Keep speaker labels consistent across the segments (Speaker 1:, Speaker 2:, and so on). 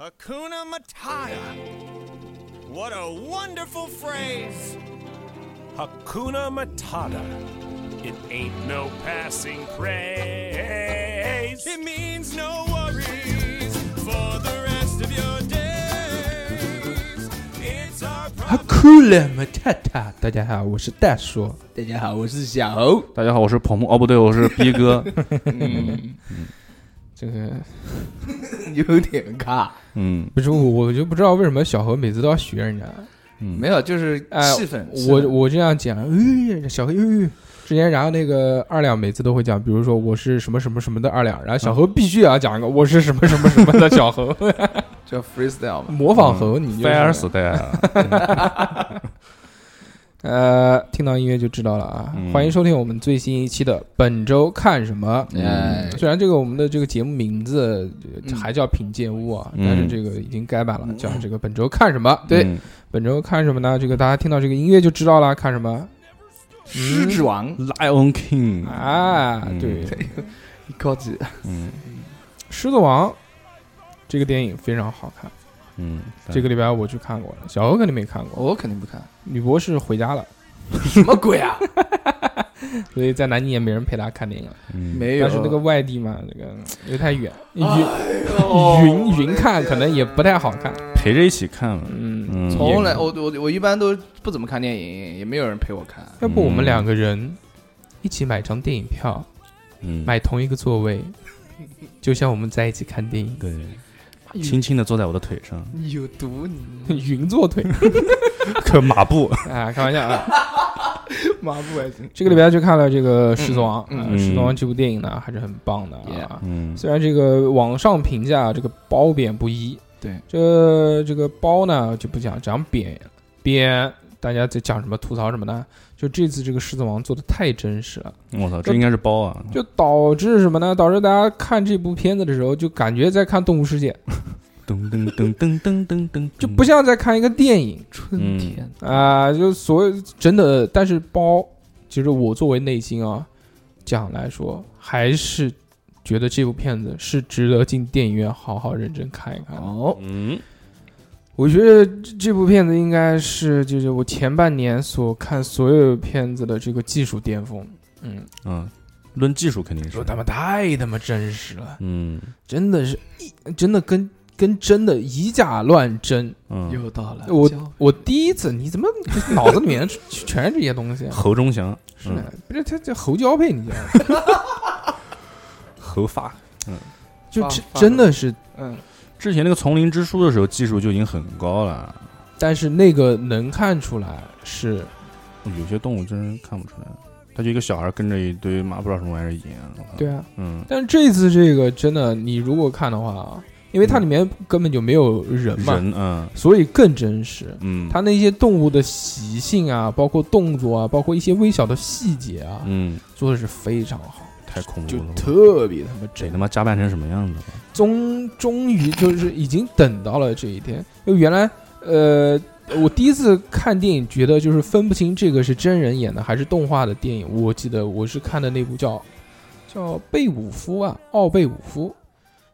Speaker 1: Hakuna Matata. What a wonderful phrase.
Speaker 2: Hakuna Matata. It ain't no passing craze.
Speaker 1: It means no worries for the rest of your days. It's our
Speaker 3: Hakuna Matata，大家好，我是大叔。
Speaker 4: 大家好，我是小猴。
Speaker 5: 大家好，我是彭彭，哦不 对，我是逼哥。
Speaker 4: 嗯，
Speaker 3: 这个
Speaker 4: 有点尬。
Speaker 5: 嗯
Speaker 3: 不是我，我就不知道为什么小何每次都要学人家。
Speaker 5: 嗯，
Speaker 4: 没有，就是啊
Speaker 3: 哎
Speaker 4: 气氛。气
Speaker 3: 我
Speaker 4: 氛
Speaker 3: 我这样讲，呃，小何，呃，之前然后那个二两每次都会讲，比如说我是什么什么什么的二两，然后小何必须也要讲一个我是什么什么什么的小 何，
Speaker 4: 嗯叫 freestyle 嘛。
Speaker 3: 模仿猴，你就是
Speaker 5: ，fire style。
Speaker 3: 呃，听到音乐就知道了啊！
Speaker 5: 嗯
Speaker 3: 欢迎收听我们最新一期的本周看什么。
Speaker 4: 哎
Speaker 3: 虽然这个我们的这个节目名字呃
Speaker 4: 嗯
Speaker 3: 还叫品鉴屋啊，
Speaker 5: 嗯
Speaker 3: 但是这个已经改版了，叫这个本周看什么。对，
Speaker 5: 嗯，
Speaker 3: 本周看什么呢？这个大家听到这个音乐就知道了，看什么
Speaker 4: 狮子王，
Speaker 5: 《Lion King》
Speaker 3: 啊？
Speaker 5: 嗯
Speaker 3: 对，
Speaker 4: 高级。
Speaker 5: 嗯
Speaker 3: 狮子王》这个电影非常好看，
Speaker 5: 嗯，
Speaker 3: 这个礼拜我去看过了，小欧肯定没看
Speaker 5: 哦
Speaker 3: 过，
Speaker 4: 我肯定不看。
Speaker 3: 女博士回家了，
Speaker 4: 什么鬼啊？
Speaker 3: 所以在南京也没人陪她看电影了。
Speaker 5: 没
Speaker 4: 没有。
Speaker 3: 但是那个外地嘛，那个又太远，远。
Speaker 5: 啊
Speaker 4: 哦
Speaker 3: 云云看可能也不太好看，
Speaker 5: 陪着一起看嘛。
Speaker 3: 嗯，
Speaker 5: 嗯，
Speaker 4: 从来我我我一般都不怎么看电影，也没有人陪我看。
Speaker 3: 要不我们两个人一起买张电影票，
Speaker 5: 嗯
Speaker 3: 买同一个座 位，就像我们在一起看电影，
Speaker 5: 对，轻轻的坐在我的腿上，
Speaker 4: 你有毒你！
Speaker 3: 云坐腿
Speaker 5: 可马步。
Speaker 3: 嗯 啊，开玩笑啊。
Speaker 4: 麻布还行。
Speaker 3: 这个礼拜去看了这个《狮子王》，
Speaker 4: 嗯
Speaker 3: 啊
Speaker 5: 嗯
Speaker 3: 狮子王》这部电影呢还是很棒的啊。
Speaker 5: 嗯
Speaker 3: 虽然这个网上评价这个褒贬不一，
Speaker 4: 对
Speaker 3: 这这个褒呢就不讲，讲贬贬。大家在讲什么吐槽什么呢？就这次这个《狮子王》做的太真实了，
Speaker 5: 我操，这应该是包啊。
Speaker 3: 就导致什么呢？导致大家看这部片子的时候，就感觉在看《动物世界》，
Speaker 5: 噔噔噔噔噔噔噔，
Speaker 3: 就不像在看一个电影
Speaker 4: 春天
Speaker 5: 嗯
Speaker 3: 啊、就所有真的，但是包，其实我作为内心啊讲来说，还是觉得这部片子是值得进电影院好好认真看一看的。
Speaker 4: 哦，
Speaker 5: 嗯
Speaker 3: 我觉得这这部片子应该是就是我前半年所看所有片子的这个技术巅峰。嗯，
Speaker 5: 嗯，论技术肯定
Speaker 3: 说
Speaker 5: 是。
Speaker 3: 他妈太他妈真实了。
Speaker 5: 嗯
Speaker 3: 真的是一真的跟跟真的以假乱真。
Speaker 5: 嗯，
Speaker 4: 又到了
Speaker 3: 我
Speaker 4: 交
Speaker 3: 我第一次，你怎么脑子里面 全是这些东西啊？
Speaker 5: 侯忠祥，
Speaker 3: 是的，不是他这猴交配，你知道吗？
Speaker 5: 侯发。
Speaker 3: 就
Speaker 4: 发
Speaker 3: 真
Speaker 4: 发
Speaker 3: 真的是，
Speaker 4: 嗯，
Speaker 5: 之前那个《丛林之书》的时候，技术就已经很高了。
Speaker 3: 但是那个能看出来是
Speaker 5: 有些动物真是看不出来，他就一个小孩跟着一堆妈不知道什么玩意儿演。我靠
Speaker 3: 对，啊。
Speaker 5: 嗯，
Speaker 3: 但是这次这个真的，你如果看的话啊，因为它里面根本就没有人嘛，
Speaker 5: 人，嗯
Speaker 3: 所以更真实。
Speaker 5: 嗯，
Speaker 3: 它那些动物的习性啊，包括动作啊，包括一些微小的细节啊，
Speaker 5: 嗯
Speaker 3: 做的是非常好，
Speaker 5: 太恐
Speaker 3: 就
Speaker 5: 怖了，
Speaker 3: 特别他妈真
Speaker 5: 得。他妈加班成什么样子了？
Speaker 3: 终终于就是已经等到了这一天，因为原来呃，我第一次看电影觉得就是分不清这个是真人演的还是动画的电影。我记得我是看的那部叫叫贝武夫啊，奥贝武夫。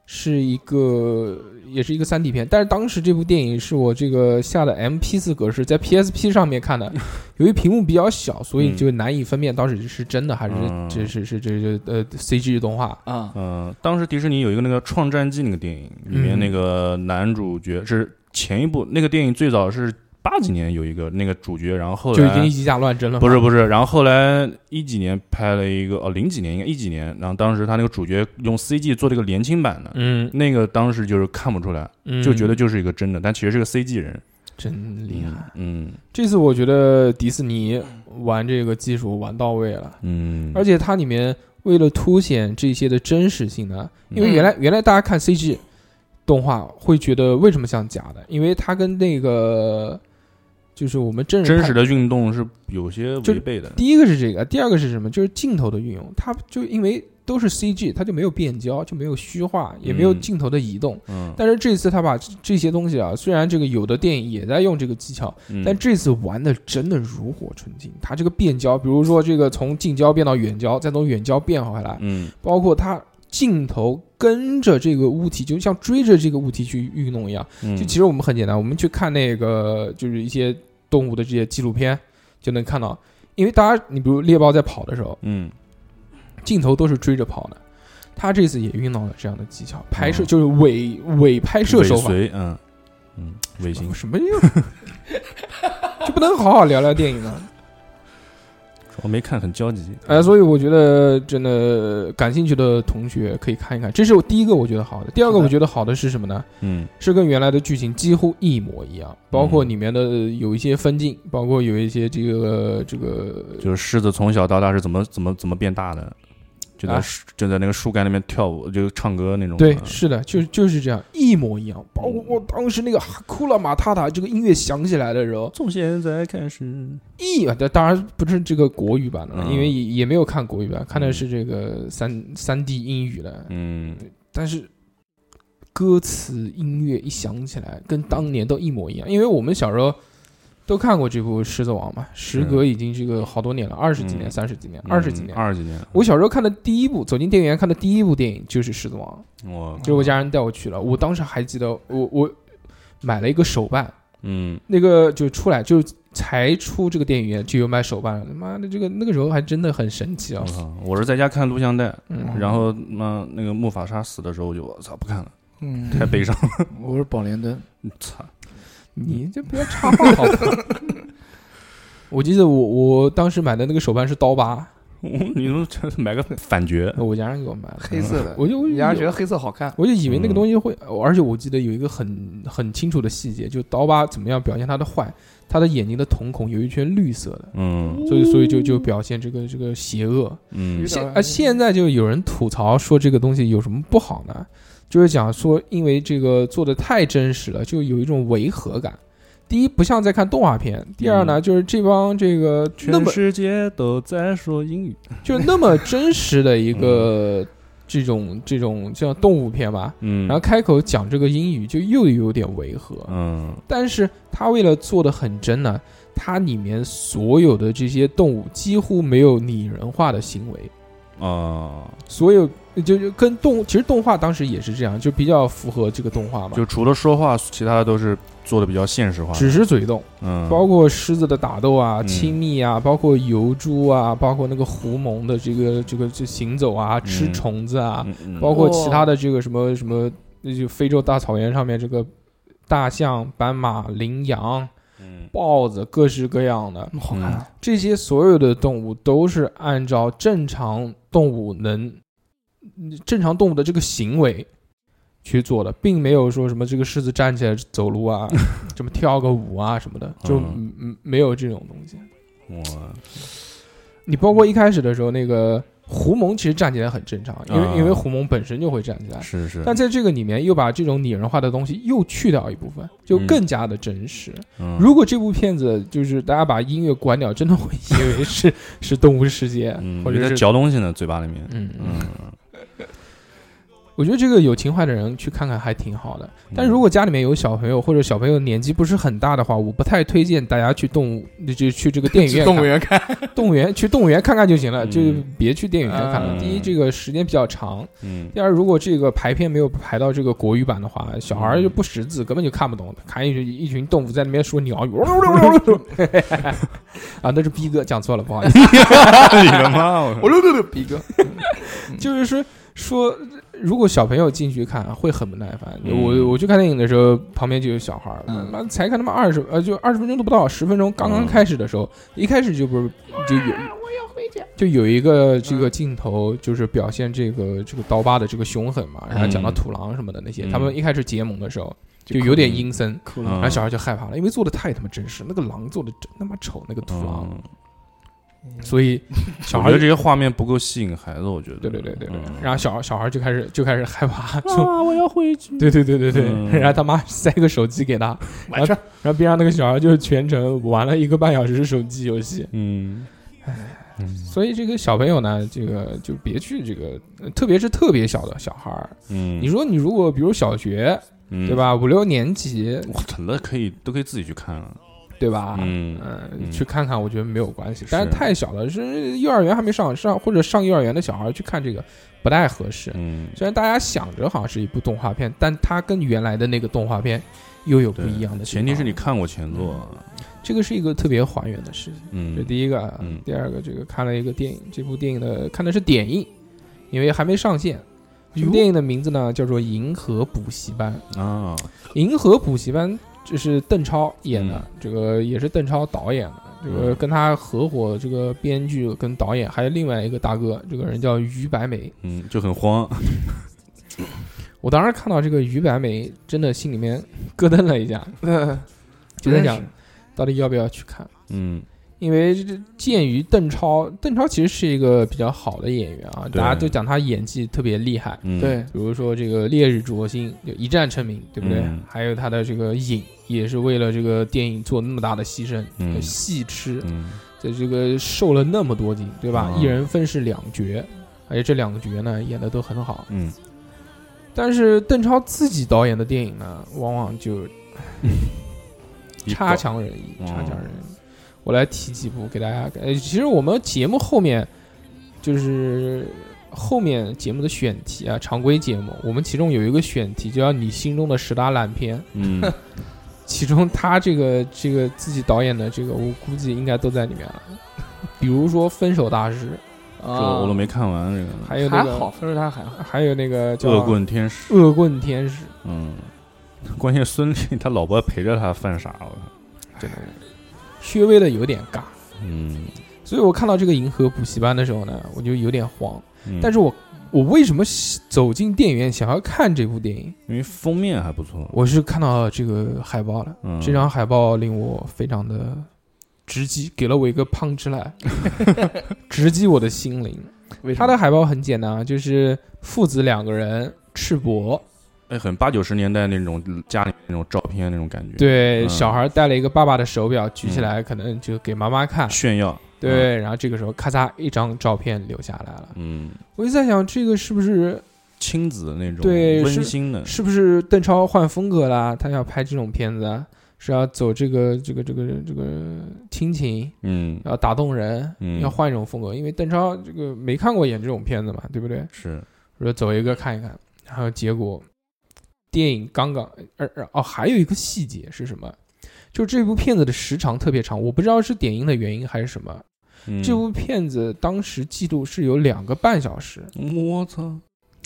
Speaker 3: 是一个，也是一个3 D 片，但是当时这部电影是我这个下的 MP 4格式，在 PSP 上面 看的，由于屏幕比较小，所以就难以分辨到底是真的还是
Speaker 5: 嗯
Speaker 3: 这是是这这呃 CG 动画。
Speaker 4: 啊，
Speaker 5: 嗯，当时迪士尼有一个那个《创战记》那个电影，里
Speaker 3: 嗯
Speaker 5: 面那个男主角是前一部那个电影最早是八几年有一个那个主角，然后后
Speaker 3: 就已经
Speaker 5: 来
Speaker 3: 以假乱真了吗，
Speaker 5: 不是不是，然后后来一几年拍了一个哦零几年应该一几年，然后当时他那个主角用 CG 做了一个年轻版的，
Speaker 3: 嗯，
Speaker 5: 那个当时就是看不出来，
Speaker 3: 嗯，
Speaker 5: 就觉得就是一个真的，但其实是个 CG 人，
Speaker 3: 真厉害。
Speaker 5: 嗯
Speaker 3: 这次我觉得迪士尼玩这个技术玩到位了，
Speaker 5: 嗯，
Speaker 3: 而
Speaker 5: 且
Speaker 3: 且它里面为了凸显这些的真实性呢，因为
Speaker 4: 嗯
Speaker 3: 原来原来大家看 CG 动画会觉得为什么像假的，因为它跟那个就是我们真人
Speaker 5: 真
Speaker 3: 拍
Speaker 5: 实的运动是有些
Speaker 3: 就
Speaker 5: 违背的，
Speaker 3: 第一个是这个，第二个是什么？就是镜头的运用，它就因为都是 CG，它就没有变焦，就没有虚化，也没有
Speaker 5: 嗯
Speaker 3: 镜头的移动。
Speaker 5: 嗯，
Speaker 3: 但是这次他把这这些东西啊，虽然这个有的电影也在用这个技巧，
Speaker 5: 嗯
Speaker 3: 但这次玩的真的炉火纯青，它这个变焦，比如说这个从近焦变到远焦，再从远焦变回来，
Speaker 5: 嗯
Speaker 3: 包括它镜头跟着这个物体，就像追着这个物体去运动一样。
Speaker 5: 嗯
Speaker 3: 就其实我们很简单，我们去看那个就是一些动物的这些纪录片，就能看到，因为大家你比如猎豹在跑的时候，
Speaker 5: 嗯
Speaker 3: 镜头都是追着跑的，他这次也运用了这样的技巧，拍摄就是伪伪拍摄手
Speaker 5: 嗯尾
Speaker 3: 法，
Speaker 5: 随嗯嗯尾行
Speaker 3: 什么用？ 就不能好好聊聊电影吗？
Speaker 5: 我没看很焦急
Speaker 3: 哎，所以我觉得真的感兴趣的同学可以看一看，这是我第一个我觉得好的。第二个
Speaker 4: 是的
Speaker 3: 我觉得好的是什么呢？
Speaker 5: 嗯
Speaker 3: 是跟原来的剧情几乎一模一样，包括里面的有一些分镜，包括有一些这个这个
Speaker 5: 就是狮子从小到大是怎么怎么怎么变大的，就在、
Speaker 3: 啊
Speaker 5: 树就在那个树干那边跳舞，就唱歌那种。
Speaker 3: 对
Speaker 5: 嗯，
Speaker 3: 是的，就就是这样一模一样。包括我当时那个哈库拉马塔塔这个音乐响起来的时候，
Speaker 5: 从现在开始，
Speaker 3: 一啊，但当然不是这个国语版的，
Speaker 5: 嗯
Speaker 3: 因为也也没有看国语版，看的是这个三三 D 英语的。
Speaker 5: 嗯，
Speaker 3: 但是歌词音乐一响起来，跟当年都一模一样。因为我们小时候都看过这部《狮子王》嘛，时隔已经这个好多年了，二十几年、
Speaker 5: 嗯
Speaker 3: 三十几年、
Speaker 5: 嗯
Speaker 3: 二十几年。
Speaker 5: 二十几年，
Speaker 3: 我小时候看的第一部，走进电影院看的第一部电影就是《狮子王
Speaker 5: 我》，
Speaker 3: 就是我家人带我去了。我当时还记得我，我买了一个手办，
Speaker 5: 嗯
Speaker 3: 那个就出来就才出这个电影院就有买手办了。他妈的，这个那个时候还真的很神奇啊
Speaker 5: 我！靠，我是在家看录像带，
Speaker 3: 嗯
Speaker 5: 然后那那个木法沙死的时候，我就我操不看了，
Speaker 4: 嗯，
Speaker 5: 太悲伤了，
Speaker 4: 我是宝莲灯，
Speaker 5: 操，
Speaker 3: 你这不要插话好不好？嗯 我记得我我当时买的那个手办是刀疤，
Speaker 5: 我你说这买个反角，
Speaker 3: 我家人给我买的，
Speaker 4: 黑色的，
Speaker 3: 我就我就
Speaker 4: 人家觉得黑色好看，
Speaker 3: 我就以为那个东西会，我而且我记得有一个很很清楚的细节，就刀疤怎么样表现他的坏，他的眼睛的瞳孔有一圈绿色的，
Speaker 5: 嗯
Speaker 3: 所以所以就就表现这个这个邪恶。
Speaker 5: 嗯
Speaker 4: 有点
Speaker 3: 现啊，现在就有人吐槽说这个东西有什么不好呢？就是讲说，因为这个做的太真实了，就有一种违和感。第一，不像在看动画片；第二
Speaker 5: 嗯
Speaker 3: 呢，就是这帮这个那么
Speaker 5: 世界都在说英语，
Speaker 3: 就是那么真实的一个 这种这种像动物片吧，
Speaker 5: 嗯，
Speaker 3: 然后开口讲这个英语，就又有点违和。
Speaker 5: 嗯
Speaker 3: 但是他为了做的很真呢，它里面所有的这些动物几乎没有拟人化的行为。
Speaker 5: 啊，
Speaker 3: 所有就是跟动，其实动画当时也是这样，就比较符合这个动画嘛，
Speaker 5: 就除了说话，其他的都是做的比较现实化的，
Speaker 3: 只是嘴动，
Speaker 5: 嗯，
Speaker 3: 包括狮子的打斗啊、
Speaker 5: 嗯
Speaker 3: 亲密啊，包括游珠啊，包括那个狐獴的这个这个就行走啊、吃虫子啊，
Speaker 5: 嗯嗯
Speaker 3: 包括其他的这个什么什么，那就非洲大草原上面这个大象、斑马、羚羊、
Speaker 5: 嗯
Speaker 3: 豹子，各式各样的
Speaker 4: 好看啊，
Speaker 3: 这些所有的动物都是按照正常动物能嗯正常动物的这个行为去做的，并没有说什么这个狮子站起来走路 啊，什么跳个舞啊什么的，就
Speaker 5: 嗯
Speaker 3: 嗯没有这种东西。
Speaker 5: 我
Speaker 3: 你包括一开始的时候，那个狐獴其实站起来很正常，因为、
Speaker 5: 啊
Speaker 3: 因为狐獴本身就会站起来，
Speaker 5: 是是，
Speaker 3: 但在这个里面又把这种拟人化的东西又去掉一部分，就
Speaker 5: 嗯
Speaker 3: 更加的真实。
Speaker 5: 嗯
Speaker 3: 如果这部片子就是大家把音乐关掉，真的会以为是是动物世界，
Speaker 5: 嗯，
Speaker 3: 或
Speaker 5: 有
Speaker 3: 者
Speaker 5: 在
Speaker 3: 是
Speaker 5: 嚼东西呢，嘴巴里面，
Speaker 3: 嗯，嗯
Speaker 5: 嗯，
Speaker 3: 我觉得这个有情怀的人去看看还挺好的。但如果家里面有小朋友或者小朋友年纪不是很大的话，我不太推荐大家去动物，就去这个电
Speaker 4: 嗯 去
Speaker 3: 影院看、
Speaker 4: 动物园看，
Speaker 3: 动物园去动物园看看就行了，
Speaker 5: 嗯
Speaker 3: 就别去电影院看了。
Speaker 5: 嗯
Speaker 3: 第一，这个时间比较长；
Speaker 5: 嗯
Speaker 3: 第二，如果这个排片没有排到这个国语版的话，小孩儿就不识字，根本就看不懂。看一群一群动物在那边说鸟语， 啊，那是逼哥讲错了，不好意思。
Speaker 5: 你的妈，
Speaker 4: 我溜溜溜，比哥，
Speaker 3: 就是说说，如果小朋友进去看会很不耐烦。
Speaker 5: 嗯
Speaker 3: 我我去看电影的时候，旁边就有小孩儿，
Speaker 4: 嗯
Speaker 3: 妈、才看他妈二十呃，就二十分钟都不到，十分钟刚刚
Speaker 5: 嗯
Speaker 3: 开始的时候，一开始就不是就有。就有一个这个镜头，就是表现这个这个刀疤的这个凶狠嘛，然后讲到土狼什么的那些，
Speaker 5: 嗯
Speaker 3: 他们一开始结盟的时候就有点阴森，
Speaker 4: 哭
Speaker 5: 嗯
Speaker 3: 然后小孩就害怕了，因为做的太他妈真实，那个狼做的真他妈丑，那个土狼，
Speaker 5: 嗯
Speaker 3: 所 以小
Speaker 5: 我
Speaker 3: 孩
Speaker 5: 觉得这些画面不够吸引孩子，我觉得。
Speaker 3: 对对对对对，
Speaker 5: 嗯
Speaker 3: 然后小小孩就开始就 开始害怕，说啊我要回去。对对对对对，
Speaker 5: 嗯
Speaker 3: 然后他妈塞个手机给他，
Speaker 4: 完事儿
Speaker 3: 然后边上那个小孩就是全程玩了一个半小时手机游戏。
Speaker 5: 嗯
Speaker 3: 所以这个小朋友呢，这个就别去这个，呃特别是特别小的小孩儿。
Speaker 5: 嗯，
Speaker 3: 你说你如果比如小学
Speaker 5: 嗯
Speaker 3: 对？吧，五六年级，
Speaker 5: 我操，那可以都可以自己去看了。
Speaker 3: 对吧？
Speaker 5: 嗯
Speaker 3: 嗯
Speaker 5: 嗯
Speaker 3: 去看看，我觉得没有关系。
Speaker 5: 是
Speaker 3: 但是太小了，是幼儿园还没上上或者上幼儿园的小孩去看这个不太合适。
Speaker 5: 嗯，
Speaker 3: 虽然大家想着好像是一部动画片，但它跟原来的那个动画片又有不
Speaker 5: 对
Speaker 3: 一样的地方。
Speaker 5: 前提是你看过前作，
Speaker 3: 这个是一个特别还原的事情。这
Speaker 5: 嗯，
Speaker 3: 第一个啊
Speaker 5: 嗯，
Speaker 3: 第二个，这个看了一个电影，这部电影的看的是点映，因为还没上线。这部电影的名字呢叫做《银河补习班》。
Speaker 5: 啊，
Speaker 3: 《银河补习班》这是邓超演的
Speaker 5: 嗯，
Speaker 3: 这个也是邓超导演的，这个
Speaker 5: 嗯
Speaker 3: 跟他合伙这个编剧跟导演还有另外一个大哥，这个人叫于白眉。
Speaker 5: 嗯，就很慌，
Speaker 3: 我当时看到这个于白眉，真的心里面咯噔了一 下，
Speaker 4: 嗯
Speaker 3: 就在想
Speaker 4: 真是
Speaker 3: 到底要不要去看。
Speaker 5: 嗯，
Speaker 3: 因为这鉴于邓超，邓超其实是一个比较好的演员啊，
Speaker 5: 对
Speaker 3: 大家都讲他演技特别厉害，
Speaker 5: 嗯，
Speaker 4: 对，
Speaker 3: 比如说这个《烈日灼心》就一战成名，对不对？
Speaker 5: 嗯
Speaker 3: 还有他的这个影，也是为了这个电影做那么大的牺牲，
Speaker 5: 嗯
Speaker 3: 戏痴，
Speaker 5: 嗯，
Speaker 3: 在这个瘦了那么多斤，对吧？
Speaker 5: 嗯
Speaker 3: 一人分饰两角，而且这两个角呢演的都很好。
Speaker 5: 嗯，
Speaker 3: 但是邓超自己导演的电影呢，往往就
Speaker 5: 一
Speaker 3: 差
Speaker 5: 个，
Speaker 3: 强人意，
Speaker 5: 嗯
Speaker 3: 差强人意。我来提几部给大家，呃，其实我们节目后面就是后面节目的选题啊，常规节目，我们其中有一个选题就叫你心中的十大烂片，
Speaker 5: 嗯，
Speaker 3: 其中他这个这个自己导演的这个，我估计应该都在里面了，比如说《分手大师
Speaker 5: 这我都
Speaker 4: 啊，
Speaker 5: 没看完这个呢，
Speaker 3: 还有那
Speaker 4: 还
Speaker 3: 个
Speaker 4: 好，分手他还好，
Speaker 3: 还有那个叫
Speaker 5: 恶棍天使，
Speaker 3: 恶棍天使，
Speaker 5: 嗯，关键孙俪他老婆陪着他犯傻了，
Speaker 3: 真的是稍微的有点尬。
Speaker 5: 嗯，
Speaker 3: 所以我看到这个银河补习班的时候呢，我就有点慌。
Speaker 5: 嗯
Speaker 3: 但是我我为什么喜走进电影院想要看这部电影？
Speaker 5: 因为封面还不错，
Speaker 3: 我是看到这个海报了，
Speaker 5: 嗯，
Speaker 3: 这张海报令我非常的直击，给了我一个胖之 来，直击我的心灵。
Speaker 4: 为什
Speaker 3: 它
Speaker 4: 么
Speaker 3: 的海报很简单啊，就是父子两个人赤膊，
Speaker 5: 哎，很八九十年代那种家里那种照片那种感觉，，
Speaker 3: 对，
Speaker 5: 嗯
Speaker 3: 小孩戴了一个爸爸的手表，举起来可能就给妈妈看，
Speaker 5: 炫耀，
Speaker 3: 对，然后这个时候咔嚓一张照片留下来了，
Speaker 5: 嗯，
Speaker 3: 我就在想这个是不是
Speaker 5: 亲子那种
Speaker 3: 对是
Speaker 5: 温馨的，
Speaker 3: 是不是邓超换风格啦？他要拍这种片子啊，是要走这个这个这个这个亲情，
Speaker 5: 嗯，
Speaker 3: 要打动人，
Speaker 5: 嗯
Speaker 3: 要换一种风格。因为邓超这个没看过演这种片子嘛，对不对？
Speaker 5: 是，
Speaker 3: 说走一个看一看，然后结果电影刚刚，呃呃哦，还有一个细节是什么？就这部片子的时长特别长，我不知道是点映的原因还是什么。
Speaker 5: 嗯
Speaker 3: 这部片子当时季度是有两个半小时，
Speaker 5: 我操，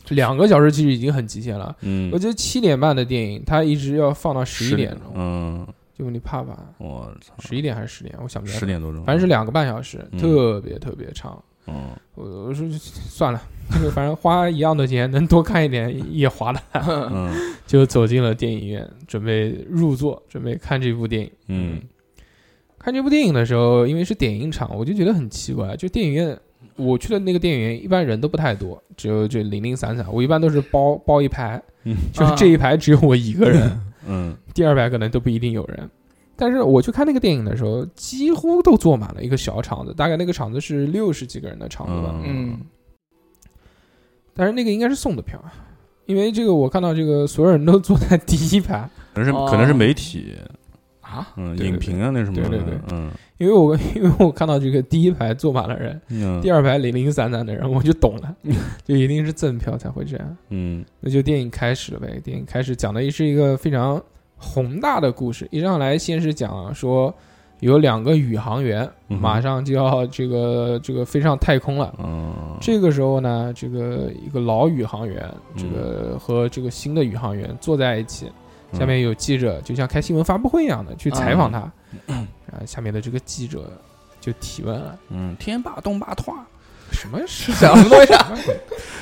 Speaker 3: 两个小时其实已经很极限了。
Speaker 5: 嗯
Speaker 3: 我，觉得七点半的电影，它一直要放到十一点钟，
Speaker 5: 嗯，
Speaker 3: 就你怕吧？
Speaker 5: 我操，
Speaker 3: 十一点还是十点？我想不起
Speaker 5: 十
Speaker 3: 来，
Speaker 5: 点多钟，
Speaker 3: 反正是两个半小时，
Speaker 5: 嗯
Speaker 3: 特别特别长。
Speaker 5: 嗯，
Speaker 3: 我我说算了，这个反正花一样的钱，能多看一点也划了。
Speaker 5: 嗯
Speaker 3: 就走进了电影院，准备入座，准备看这部电影。
Speaker 5: 嗯，
Speaker 3: 看这部电影的时候，因为是点映场，我就觉得很奇怪，就电影院。我去的那个电影院，一般人都不太多，只有就零零散散。我一般都是包包一排，
Speaker 5: 嗯
Speaker 3: 就是这一排只有我一个 人，
Speaker 5: 嗯
Speaker 3: 第二排可能都不一定有人。但是我去看那个电影的时候，几乎都坐满了一个小场子，大概那个场子是六十几个人的场子吧。
Speaker 5: 嗯
Speaker 4: 嗯，
Speaker 3: 但是那个应该是送的票，因为这个我看到这个所有人都坐在第一排，
Speaker 5: 可能是
Speaker 4: 哦
Speaker 5: 可能是媒体，
Speaker 3: 啊，
Speaker 5: 嗯，
Speaker 3: 对对
Speaker 5: 影评啊那什么的，
Speaker 3: 对对对
Speaker 5: 嗯
Speaker 3: 因为我 因为我看到这个第一排坐满了人，
Speaker 5: 嗯
Speaker 3: 第二排零零散散的人，我就懂了，就一定是赠票才会这样。
Speaker 5: 嗯
Speaker 3: 那就电影开始了呗。电影开始讲的也是一个非常宏大的故事。一上来先是讲、啊、说有两个宇航员
Speaker 5: 嗯哼
Speaker 3: 马上就要这个这个飞上太空了。
Speaker 5: 嗯，
Speaker 3: 这个时候呢，这个一个老宇航员，
Speaker 5: 嗯
Speaker 3: 这个和这个新的宇航员坐在一起，
Speaker 5: 嗯
Speaker 3: 下面有记者，就像开新闻发布会一样的去采访他。然后下面的这个记者就提问了
Speaker 5: 嗯天霸东霸团，：“
Speaker 3: 什么 是
Speaker 4: 什么东西啊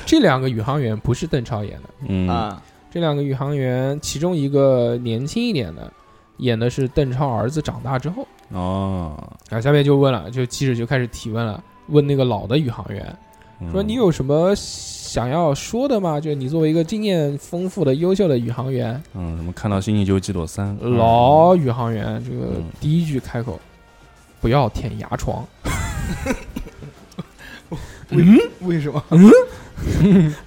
Speaker 3: 这两个宇航员不是邓超演的？
Speaker 5: 嗯
Speaker 4: 啊？
Speaker 3: 这两个宇航员，其中一个年轻一点的，演的是邓超儿子长大之后。
Speaker 5: 哦，
Speaker 3: 然后下面就问了，就记者就开始提问了，问那个老的宇航员
Speaker 5: 嗯
Speaker 3: 说：“你有什么想要说的吗？就你作为一个经验丰富的、优秀的宇航员，
Speaker 5: 嗯什么看到星星就记得我三
Speaker 3: 老宇航员，这个
Speaker 5: 嗯
Speaker 3: 第一句开口，不要舔牙床。
Speaker 4: 为什么？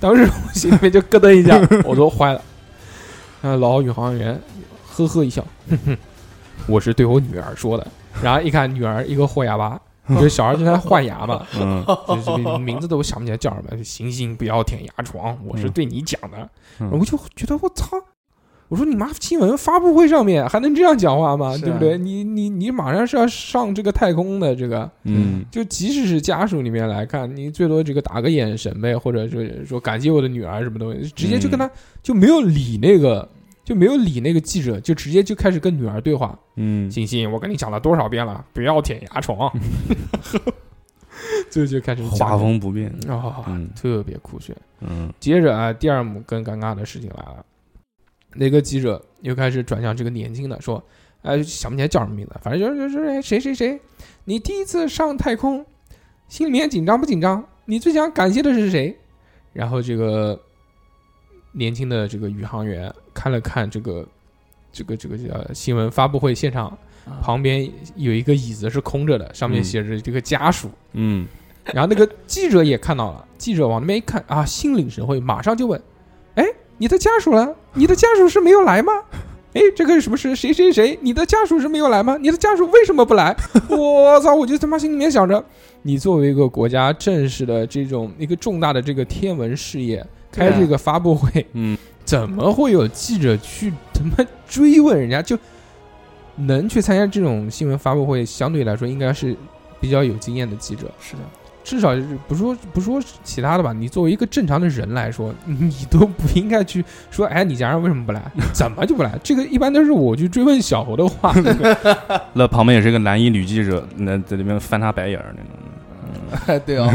Speaker 3: 当时我心里面就咯噔 一下，我都坏了。那老宇航员呵呵一笑，哼哼， 我是对我女儿说的。然后一看女儿一个豁牙 巴，就是小孩就在换牙嘛，
Speaker 5: 嗯，
Speaker 3: 就是名字都想不起来叫什么。醒醒，不要舔牙床，我是对你讲的。
Speaker 5: 嗯
Speaker 3: 我就觉得我操，我说你妈新闻发布会上面还能这样讲话吗？
Speaker 4: 是啊
Speaker 3: 对不对？你你你马上是要上这个太空的这个，
Speaker 5: 嗯，
Speaker 3: 就即使是家属里面来看，你最多这个打个眼神呗，或者是说感谢我的女儿什么东西，直接就
Speaker 5: 嗯
Speaker 3: 跟他就没有理那个。就没有理那个记者，就直接就开始跟女儿对话。
Speaker 5: 嗯，
Speaker 3: 欣欣，我跟你讲了多少遍了，不要舔牙床。 就就开始讲
Speaker 5: 画风不变，
Speaker 3: 啊、
Speaker 5: 嗯
Speaker 3: 特别酷炫。
Speaker 5: 嗯
Speaker 3: 接着啊，第二幕更尴尬的事情来了，那个记者又开始转向这个年轻的说：“哎，想不起来叫什么名字，反正就是就是哎谁谁谁，你第一次上太空，心里面紧张不紧张？你最想感谢的是谁？”然后这个年轻的这个宇航员看了看这个这个这个呃新闻发布会现场
Speaker 4: 啊
Speaker 3: 旁边有一个椅子是空着的，上面
Speaker 5: 嗯
Speaker 3: 写着这个家属。
Speaker 5: 嗯
Speaker 3: 然后那个记者也看到了，记者往那边一看啊，心领神会，马上就问：“哎，你的家属呢？你的家属是没有来吗？哎，这个是不是谁谁谁？你的家属是没有来吗？你的家属为什么不来？” 我操！我就他妈心里面想着，你作为一个国家正式的这种一个重大的这个天文事业，
Speaker 4: 对啊
Speaker 3: 开这个发布会，
Speaker 5: 嗯，
Speaker 3: 怎么会有记者去他妈追问人家就？能去参加这种新闻发布会，相对来说应该是比较有经验的记者。
Speaker 4: 是的，
Speaker 3: 至少是不说不说其他的吧，你作为一个正常的人来说，你都不应该去说，哎，你家人为什么不来？怎么就不来？这个一般都是我去追问小猴的话，
Speaker 5: 那旁边也是个男一女记者，那在里面翻他白眼儿那种。
Speaker 4: 对哦，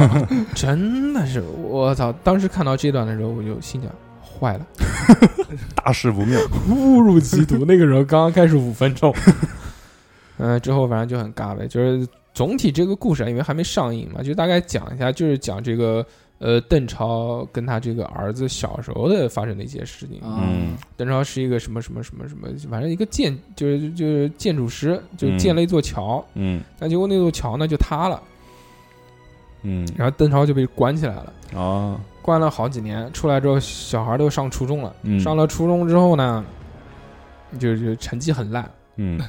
Speaker 3: 真的是我操！当时看到这段的时候，我就心想， 坏了，
Speaker 5: 大事不 妙，
Speaker 3: 误入歧途。那个时候刚刚开始五分钟，嗯、之后反正就很尬呗。就是总体这个故事啊，因为还没上映嘛，就大概讲一下，就是讲这个呃邓超跟他这个儿子小时候的发生的一些事情。
Speaker 5: 嗯
Speaker 4: 啊
Speaker 3: 邓超是一个什么什么什么什么，反正一个建就是就是建筑师，就
Speaker 5: 嗯
Speaker 3: 建了一座桥，
Speaker 5: 嗯
Speaker 3: 但结果那座桥呢就塌了，
Speaker 5: 嗯，
Speaker 3: 然后邓超就被关起来了，
Speaker 5: 哦，
Speaker 3: 关了好几年，出来之后小孩都上初中了，
Speaker 5: 嗯
Speaker 3: 上了初中之后呢，就就成绩很烂，
Speaker 5: 嗯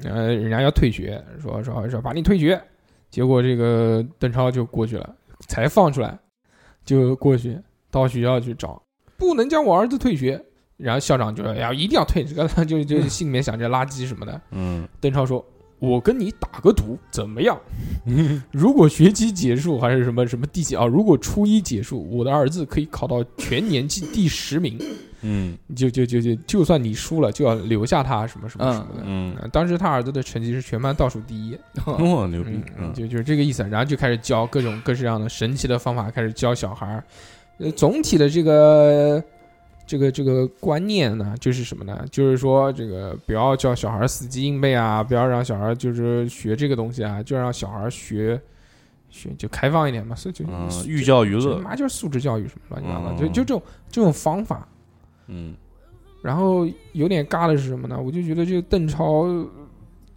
Speaker 3: 然后呃人家要退学，说说说把你退学，结果这个邓超就过去了，才放出来，就过去到学校去找，不能将我儿子退学。然后校长就说：“哎呀，一定要退这个， 就就心里面想着垃圾什么的。
Speaker 5: 嗯”
Speaker 3: 邓超说：“我跟你打个赌，怎么样？如果学期结束还是什么什么第几啊？如果初一结束，我的儿子可以考到全年级第十名。
Speaker 5: 嗯
Speaker 3: 就就就就就算你输了，就要留下他什么什么什么的。
Speaker 5: 嗯，
Speaker 3: 嗯，当时他儿子的成绩是全班倒数第一，
Speaker 5: 哇，牛逼
Speaker 3: 嗯，，
Speaker 5: 嗯
Speaker 3: 就就是这个意思。然后就开始教各种各式各样的神奇的方法，开始教小孩儿。呃，总体的这个这个这个观念呢，就是什么呢？就是说这个不要叫小孩儿死记硬背啊，不要让小孩儿就是学这个东西啊，就让小孩儿学学就开放一点嘛，所以就
Speaker 5: 嗯，寓教于
Speaker 3: 这他
Speaker 5: 乐，
Speaker 3: 妈就是素质教育什么乱七八糟，
Speaker 5: 嗯
Speaker 3: 就就这种这种方法。
Speaker 5: 嗯
Speaker 3: 然后有点尬的是什么呢？我就觉得这个邓超呃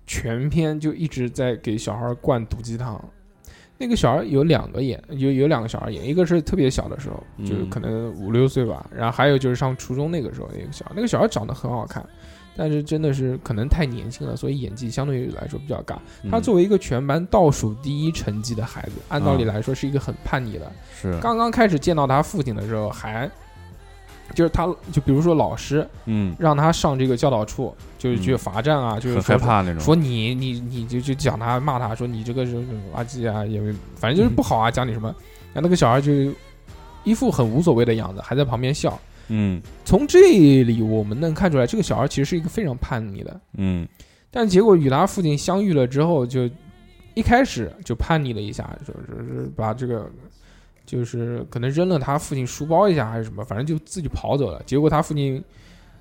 Speaker 3: 全篇就一直在给小孩灌毒鸡汤。那个小孩有两个演，有有两个小孩演，一个是特别小的时候，
Speaker 5: 嗯
Speaker 3: 就是可能五六岁吧，然后还有就是上初中那个时候一个小孩，那个小孩长得很好看，但是真的是可能太年轻了，所以演技相对来说比较尬。他
Speaker 5: 嗯
Speaker 3: 作为一个全班倒数第一成绩的孩子，按道理来说是一个很叛逆的，
Speaker 5: 嗯是，
Speaker 3: 刚刚开始见到他父亲的时候还。就是他，就比如说老师，
Speaker 5: 嗯，
Speaker 3: 让他上这个教导处，就是去
Speaker 5: 嗯
Speaker 3: 罚站啊，就是
Speaker 5: 很
Speaker 3: 说
Speaker 5: 害，怕那种，
Speaker 3: 说你你你就就讲他骂他说你这个是什么垃圾啊，也没反正就是不好啊，讲你什么，然后那个小孩就一副很无所谓的样子，还在旁边笑。
Speaker 5: 嗯
Speaker 3: 从这里我们能看出来，这个小孩其实是一个非常叛逆的，
Speaker 5: 嗯
Speaker 3: 但结果与他父亲相遇了之后，就一开始就叛逆了一下，就是是把这个就是可能扔了他父亲书包一下还是什么，反正就自己跑走了。结果他父亲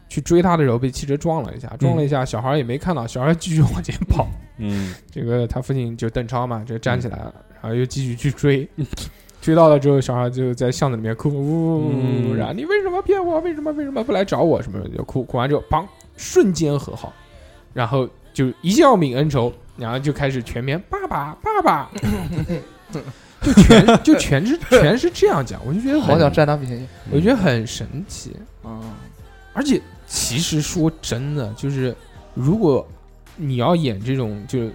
Speaker 3: 去追他的时候被汽车撞了一下，撞了一下，小孩也没看到，小孩继续往前跑。
Speaker 5: 嗯
Speaker 3: 这个他父亲就邓超嘛，就站起来
Speaker 4: 嗯
Speaker 3: 了，然后又继续去追。 追到了之后，小孩就在巷子里面哭，呜呜呜，
Speaker 5: 嗯
Speaker 3: 然后你为什么骗我？为什么为什么不来找我？什么的就哭，哭完之后，砰，瞬间和好，然后就一笑泯恩仇，然后就开始全面爸爸 爸爸，就全就全是全是这样讲，我就觉 得
Speaker 4: 好
Speaker 3: 很，
Speaker 4: 想占他便宜
Speaker 3: 我觉得很神奇。
Speaker 4: 啊！
Speaker 3: 而且其实说真的，就是如果你要演这种就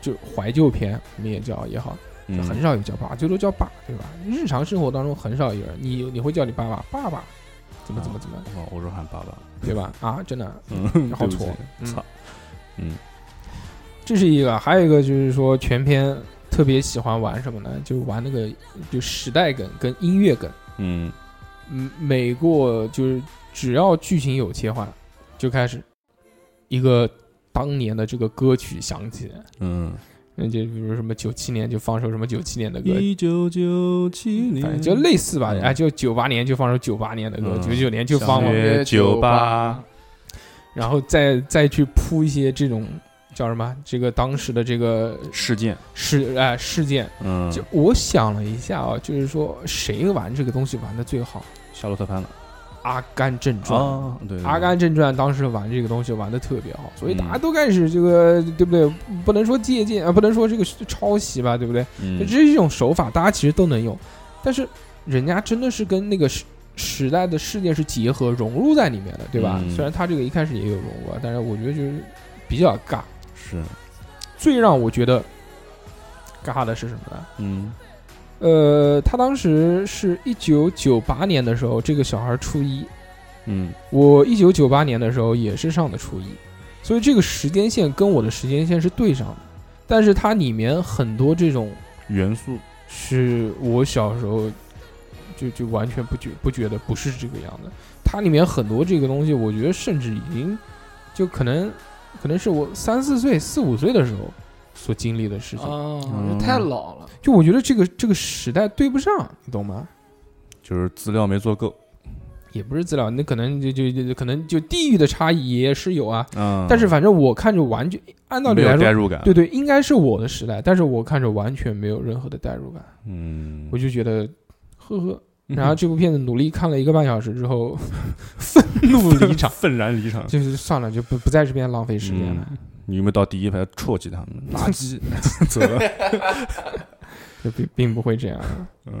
Speaker 3: 就怀旧片，我们也叫也好，
Speaker 5: 嗯
Speaker 3: 就很少有叫爸，最多叫爸，对吧？日常生活当中很少有人，你你会叫你爸爸爸爸，怎么怎么怎么，
Speaker 5: 哦，我说喊爸爸，
Speaker 3: 对吧？啊，真的，
Speaker 5: 嗯，
Speaker 3: 好
Speaker 5: 对不
Speaker 3: 挫
Speaker 5: 起
Speaker 3: 嗯
Speaker 5: 操，嗯，
Speaker 3: 这是一个，还有一个就是说全片特别喜欢玩什么呢？就玩那个就时代梗跟音乐梗，
Speaker 5: 嗯，
Speaker 3: 嗯，每过就是只要剧情有切换，就开始一个当年的这个歌曲响起，
Speaker 5: 嗯，
Speaker 3: 那就比如什么九七年就放首什么九七年的歌，
Speaker 5: 一九九七
Speaker 3: 反
Speaker 5: 年
Speaker 3: 正就类似吧，
Speaker 5: 嗯
Speaker 3: 哎，就九八年就放首九八年的歌，
Speaker 5: 嗯
Speaker 3: 九九年就放
Speaker 5: 小
Speaker 3: 嘛，
Speaker 5: 学
Speaker 4: 酒
Speaker 5: 吧，
Speaker 3: 然后再再去铺一些这种叫什么这个当时的这个
Speaker 5: 事件，
Speaker 3: 事哎事件。
Speaker 5: 嗯，
Speaker 3: 就我想了一下啊，就是说谁玩这个东西玩的最好，
Speaker 5: 夏洛特烦
Speaker 3: 《
Speaker 5: 恼
Speaker 3: 阿甘正传》
Speaker 5: 啊，对，嗯对
Speaker 3: 哦阿，甘正传》当时玩这个东西玩的特别好，所以大家都开始这个、对不对？不能说借鉴啊，不能说这个抄袭吧，对不对？就
Speaker 5: 对嗯，
Speaker 3: 这种手法大家其实都能用，但是人家真的是跟那个时时代的事件是结合融入在里面的，对吧？
Speaker 5: 嗯
Speaker 3: 虽然他这个一开始也有融入啊，但是我觉得就是比较尬。
Speaker 5: 是，
Speaker 3: 最让我觉得尬的是什么呢？
Speaker 5: 嗯，
Speaker 3: 呃，他当时是一九九八年的时候，这个小孩初一，
Speaker 5: 嗯，
Speaker 3: 我一九九八年的时候也是上的初一，所以这个时间线跟我的时间线是对上的。但是它里面很多这种
Speaker 5: 元素，
Speaker 3: 是我小时候就就完全不觉不觉得不是这个样子。它里面很多这个东西，我觉得甚至已经就可能可能是我三四岁、四五岁的时候所经历的事情。
Speaker 4: 哦，这太老了，
Speaker 3: 就我觉得这个这个时代对不上，你懂吗？
Speaker 5: 就是资料没做够，
Speaker 3: 也不是资料，那可能就就就可能就地域的差异也是有啊。
Speaker 5: 嗯，
Speaker 3: 但是反正我看着完全，按道理
Speaker 5: 没
Speaker 3: 来
Speaker 5: 有代
Speaker 3: 说，
Speaker 5: 入感，
Speaker 3: 对对，应该是我的时代，但是我看着完全没有任何的代入感，
Speaker 5: 嗯
Speaker 3: 我，就觉得呵呵。然后这部片子努力看了一个半小时之 后，愤怒离场，
Speaker 5: 愤然离场，
Speaker 3: 就是算了，就不不在这边浪费时间了，
Speaker 5: 你有没有到第一排啜泣他们？垃圾， 走了，
Speaker 3: 就并并不会这样的。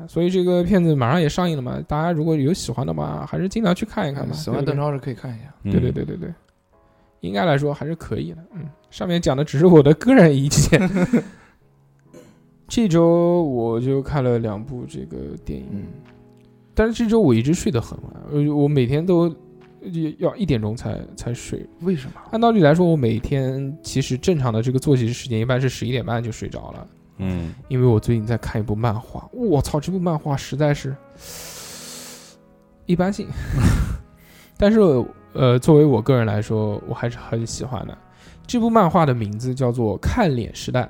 Speaker 5: 嗯，
Speaker 3: 所以这个片子马上也上映了嘛，大家如果有喜欢的话，还是尽量去看一看吧。
Speaker 4: 喜欢
Speaker 3: 对不对
Speaker 4: 邓超是可以看一下。
Speaker 5: 嗯
Speaker 3: 对对，对对对，应该来说还是可以的。嗯，上面讲的只是我的个人意见。这周我就看了两部这个电影，
Speaker 4: 嗯，
Speaker 3: 但是这周我一直睡得很晚，呃我每天都呃要一点钟才才睡。
Speaker 4: 为什么？
Speaker 3: 按道理来说，我每天其实正常的这个作息时间一般是十一点半就睡着了，
Speaker 5: 嗯，
Speaker 3: 因为我最近在看一部漫画。我操，这部漫画实在是一般性， 但是呃，作为我个人来说，我还是很喜欢的。这部漫画的名字叫做《看脸时代》，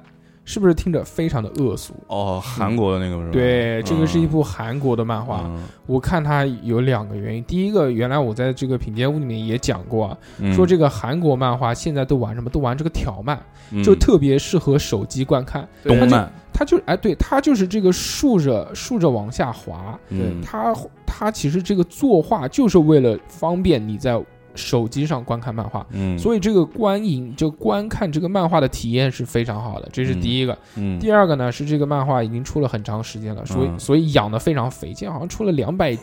Speaker 3: 是不是听着非常的恶俗？
Speaker 5: 哦，韩国的那个是吧？
Speaker 3: 对，这个是一
Speaker 5: 嗯
Speaker 3: 部韩国的漫画。
Speaker 5: 嗯
Speaker 3: 我看它有两个原因，第一个，原来我在这个品鉴屋里面也讲过啊，
Speaker 5: 嗯
Speaker 3: 说这个韩国漫画现在都玩什么？都玩这个条漫，
Speaker 5: 嗯
Speaker 3: 就特别适合手机观看。
Speaker 4: 对
Speaker 5: 动漫，
Speaker 3: 它就哎，对，它就是这个竖着竖着往下滑，
Speaker 5: 嗯
Speaker 3: 它它其实这个作画就是为了方便你在手机上观看漫画，
Speaker 5: 嗯，
Speaker 3: 所以这个观影就观看这个漫画的体验是非常好的，这是第一个。
Speaker 5: 嗯
Speaker 3: 第二个呢是这个漫画已经出了很长时间了，所以、
Speaker 5: 嗯
Speaker 3: 所以养的非常肥，现在好像出了两百